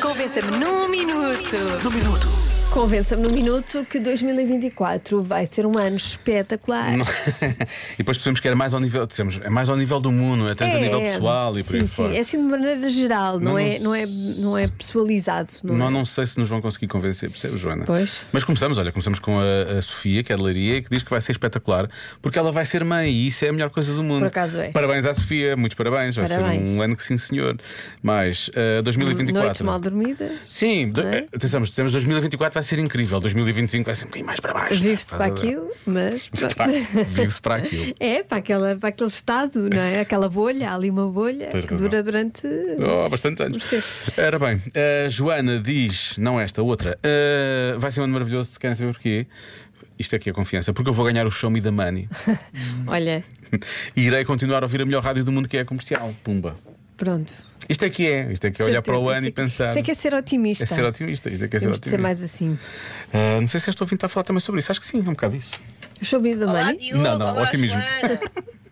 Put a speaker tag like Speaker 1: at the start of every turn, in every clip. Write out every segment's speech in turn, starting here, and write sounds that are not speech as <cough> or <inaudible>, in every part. Speaker 1: Convença-me num minuto.
Speaker 2: Convença-me num minuto que 2024 vai ser um ano espetacular.
Speaker 3: <laughs> e depois percebemos que era mais ao nível, dissemos, é mais ao nível do mundo, é tanto a nível pessoal e por
Speaker 2: sim,
Speaker 3: aí
Speaker 2: sim.
Speaker 3: fora.
Speaker 2: É assim de maneira geral, não,
Speaker 3: Não,
Speaker 2: é,
Speaker 3: não-
Speaker 2: não, é, não é pessoalizado. Não
Speaker 3: Não,
Speaker 2: é?
Speaker 3: não sei se nos vão conseguir convencer, percebes, Joana?
Speaker 2: Pois.
Speaker 3: Mas começamos, olha, começamos com a, a Sofia, que é de Leiria, que diz que vai ser espetacular, porque ela vai ser mãe e isso é a melhor coisa do mundo.
Speaker 2: Por acaso é.
Speaker 3: Parabéns à Sofia, muitos parabéns, vai
Speaker 2: Parabéns.
Speaker 3: ser um ano que sim, senhor. Mas eh,
Speaker 2: Noites
Speaker 3: 2024.
Speaker 2: mal dormidas.
Speaker 3: Sim, do, eh,
Speaker 2: Não é?
Speaker 3: atenção, mas dissemos 2024 vai ser incrível, 2025 vai ser um bocadinho mais para baixo.
Speaker 2: Vive-se para
Speaker 3: <laughs>
Speaker 2: aquilo, mas.
Speaker 3: Tá, Vive-se para aquilo.
Speaker 2: <laughs> É, para, aquela, para aquele estado, não é? Aquela bolha, há ali uma bolha
Speaker 3: Tens
Speaker 2: que
Speaker 3: razão.
Speaker 2: dura durante.
Speaker 3: Oh, há bastantes anos.
Speaker 2: Gostei.
Speaker 3: Ora bem, a Joana diz, não esta, outra, uh, vai ser um ano maravilhoso, se querem saber porquê. Isto aqui é confiança, porque eu vou ganhar o show me da
Speaker 2: <laughs>
Speaker 3: money
Speaker 2: Olha,
Speaker 3: e irei continuar a ouvir a melhor rádio do mundo que é a comercial. Pumba.
Speaker 2: pronto.
Speaker 3: Isto é que é, isto é que é olhar
Speaker 2: Certeza.
Speaker 3: para o ano
Speaker 2: Isso é
Speaker 3: e
Speaker 2: que-
Speaker 3: pensar.
Speaker 2: Isso é que é ser otimista.
Speaker 3: É ser otimista, isto é que é ser
Speaker 2: Temos de ser
Speaker 3: otimista.
Speaker 2: mais assim.
Speaker 3: Ah, não sei se este ouvinte está a falar também sobre isso, acho que sim, é um bocado isso.
Speaker 2: Show me the
Speaker 4: Olá,
Speaker 2: money.
Speaker 4: Diogo.
Speaker 3: Não, não,
Speaker 4: Olá,
Speaker 3: otimismo. <laughs>
Speaker 4: Joana.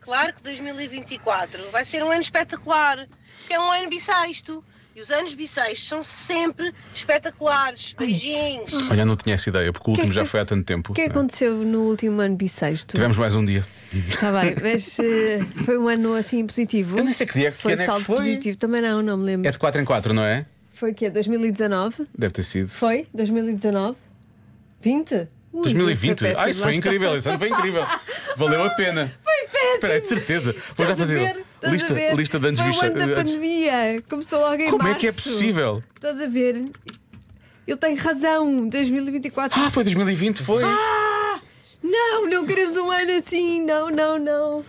Speaker 4: Claro que 2024 vai ser um ano espetacular, porque é um ano bissexto. E os anos bissextos são sempre espetaculares. Beijinhos.
Speaker 3: Olha, não tinha essa ideia, porque o
Speaker 2: Que é
Speaker 3: último já
Speaker 2: que-
Speaker 3: foi há tanto tempo.
Speaker 2: O que é que
Speaker 3: não é?
Speaker 2: aconteceu no último ano bissexto?
Speaker 3: Tivemos mais um dia.
Speaker 2: Está Tá bem, mas eh, foi um ano assim positivo.
Speaker 3: Eu nem sei que dia é que-
Speaker 2: foi
Speaker 3: que ano é que
Speaker 2: saldo
Speaker 3: foi.
Speaker 2: positivo. Também não, não me lembro.
Speaker 3: É de 4 em 4, não é?
Speaker 2: Foi o quê? 2019?
Speaker 3: Deve ter sido.
Speaker 2: Foi? 2019? 20? Ui,
Speaker 3: 2020.
Speaker 2: péssimo,
Speaker 3: ah, isso
Speaker 2: lá
Speaker 3: foi
Speaker 2: está.
Speaker 3: incrível, isso
Speaker 2: <laughs>
Speaker 3: foi incrível. Valeu a pena. Foi
Speaker 2: péssimo.
Speaker 3: <laughs> Espera aí, de certeza. Vou
Speaker 2: Estás
Speaker 3: já
Speaker 2: a ver?
Speaker 3: fazer
Speaker 2: Estás a
Speaker 3: lista,
Speaker 2: ver?
Speaker 3: lista de anos
Speaker 2: Foi o
Speaker 3: bicha-
Speaker 2: ano da
Speaker 3: antes-
Speaker 2: pandemia. Começou logo em
Speaker 3: Como é
Speaker 2: março.
Speaker 3: que é possível?
Speaker 2: Estás a ver? Eu tenho razão. 2024.
Speaker 3: Ah, foi 2020, foi.
Speaker 2: Ah! Não, não queremos um ano assim. Não, não, não.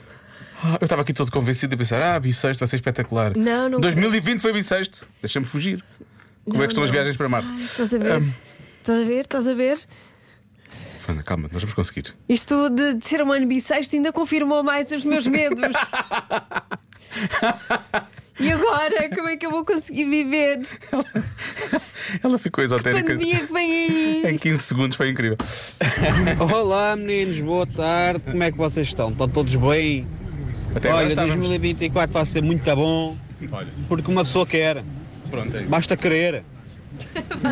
Speaker 3: Ah, eu estava aqui todo convencido a pensar: ah, bissexto vai ser espetacular.
Speaker 2: Não, não
Speaker 3: 2020 foi bissexto. Deixa-me fugir. Como é que estão as viagens para Marte?
Speaker 2: Estás a
Speaker 3: Hum.
Speaker 2: ver? Estás a ver? Estás a ver?
Speaker 3: Fana, calma, nós
Speaker 2: <laughs>
Speaker 3: vamos conseguir.
Speaker 2: Isto de, de ser um ano bissexto ainda confirmou mais os meus
Speaker 3: <laughs>
Speaker 2: medos. e agora, como é que eu vou conseguir viver?
Speaker 3: Ela ficou esotérica.
Speaker 2: Pandemia que vem aí.
Speaker 3: Em 15 segundos foi incrível.
Speaker 5: Olá meninos, boa tarde, como é que vocês estão? Estão todos bem?
Speaker 3: Até agora
Speaker 5: Olha,
Speaker 3: estávamos.
Speaker 5: 2024 vai ser muito bom,
Speaker 3: Olha,
Speaker 5: porque uma pessoa quer,
Speaker 3: pronto, é isso.
Speaker 5: basta querer.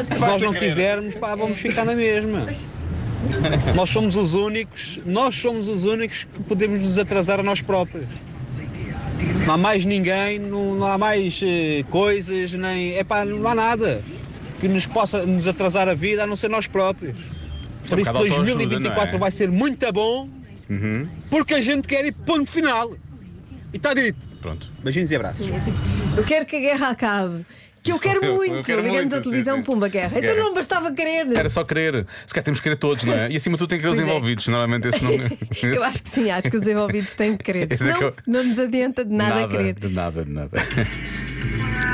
Speaker 5: Se nós não
Speaker 3: querer.
Speaker 5: quisermos, pá, vamos ficar na mesma. Nós somos os únicos, nós somos os únicos que podemos nos atrasar a nós próprios. Não há mais ninguém, não, não há mais eh, coisas, nem. É pá, não há nada que nos possa nos atrasar a vida a não ser nós próprios. Por
Speaker 3: um
Speaker 5: isso,
Speaker 3: bocado autoajuda,
Speaker 5: 2024
Speaker 3: não é?
Speaker 5: vai ser muito bom,
Speaker 3: Uhum.
Speaker 5: porque a gente quer ir ponto final. E está dito.
Speaker 3: Pronto.
Speaker 5: Beijinhos e abraços.
Speaker 2: Eu quero que a guerra acabe. Que eu quero
Speaker 3: Eu- eu
Speaker 2: muito.
Speaker 3: quero
Speaker 2: Ligamos
Speaker 3: muito,
Speaker 2: a
Speaker 3: sim,
Speaker 2: televisão,
Speaker 3: sim.
Speaker 2: pumba guerra. Então
Speaker 3: Guerra.
Speaker 2: não bastava querer.
Speaker 3: Era só querer. Se calhar temos que querer todos, não é? E acima de tudo tem que querer os
Speaker 2: Pois é.
Speaker 3: envolvidos. Normalmente
Speaker 2: <laughs>
Speaker 3: esse não é esse-
Speaker 2: Eu acho que sim, acho que os envolvidos têm que
Speaker 3: <laughs>
Speaker 2: querer.
Speaker 3: Esse é
Speaker 2: Senão,
Speaker 3: que eu-
Speaker 2: não nos adianta de nada, querer.
Speaker 3: De nada, de nada.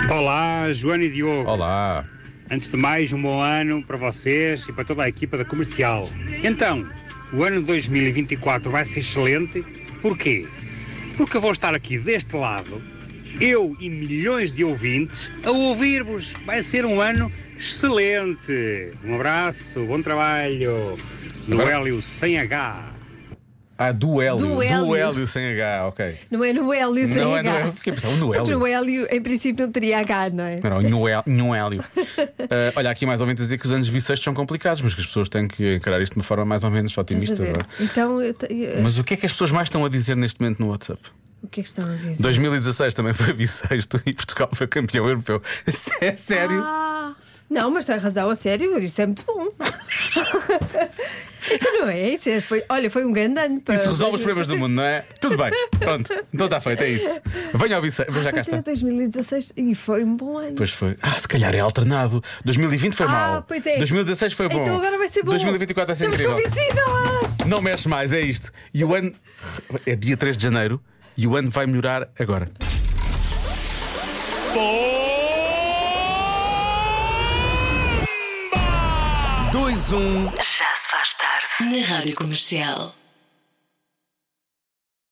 Speaker 6: Olá, Joana e Diogo.
Speaker 3: Olá.
Speaker 6: Antes de mais, um bom ano para vocês e para toda a equipa da comercial. Então, o ano 2024 vai ser excelente. Porquê? Porque eu vou estar aqui deste lado, eu e milhões de ouvintes, a ouvir-vos. Vai ser um ano excelente. Um abraço, bom trabalho. No Hélio sem H.
Speaker 3: Ah, duelo.
Speaker 2: Duélio.
Speaker 3: Duelo sem H, ok.
Speaker 2: Não é no Hélio sem
Speaker 3: Não é,
Speaker 2: H.
Speaker 3: não é. Fiquei a pensar, um
Speaker 2: Porque no
Speaker 3: duelo.
Speaker 2: Hélio, em princípio, não teria H, não é?
Speaker 3: Não, um hélio. Ah, olha, aqui mais ou menos dizer que os anos bissextos são complicados, mas que as pessoas têm que encarar isto de uma forma mais ou menos
Speaker 2: Estás a
Speaker 3: otimista.
Speaker 2: ver?
Speaker 3: não é?
Speaker 2: Então, eu te- eu-
Speaker 3: Mas o que é que as pessoas mais estão a dizer neste momento no WhatsApp?
Speaker 2: o que é que estão a dizer?
Speaker 3: 2016 também foi bissexto e Portugal foi campeão europeu. É sério?
Speaker 2: Ah, não, mas tem razão, a sério, isso é muito bom. <laughs> então não é? Isso é- foi, olha, foi um grande ano para.
Speaker 3: Isso resolve os problemas do mundo, não é? Tudo bem, pronto. Então está feito, é isso. Venha ao bissexto. Veja cá
Speaker 2: Mas é
Speaker 3: está.
Speaker 2: 2016 e foi um bom ano.
Speaker 3: Pois foi. Ah, se calhar é alternado. 2020 foi
Speaker 2: Ah,
Speaker 3: mau.
Speaker 2: pois é.
Speaker 3: 2016 foi bom.
Speaker 2: Então agora vai ser bom.
Speaker 3: 2024 vai ser
Speaker 2: Estamos
Speaker 3: incrível.
Speaker 2: convencidas!
Speaker 3: Não mexe mais, é isto. E o ano. É dia 3 de janeiro e o ano vai melhorar agora.
Speaker 7: Já se faz tarde na Rádio Comercial.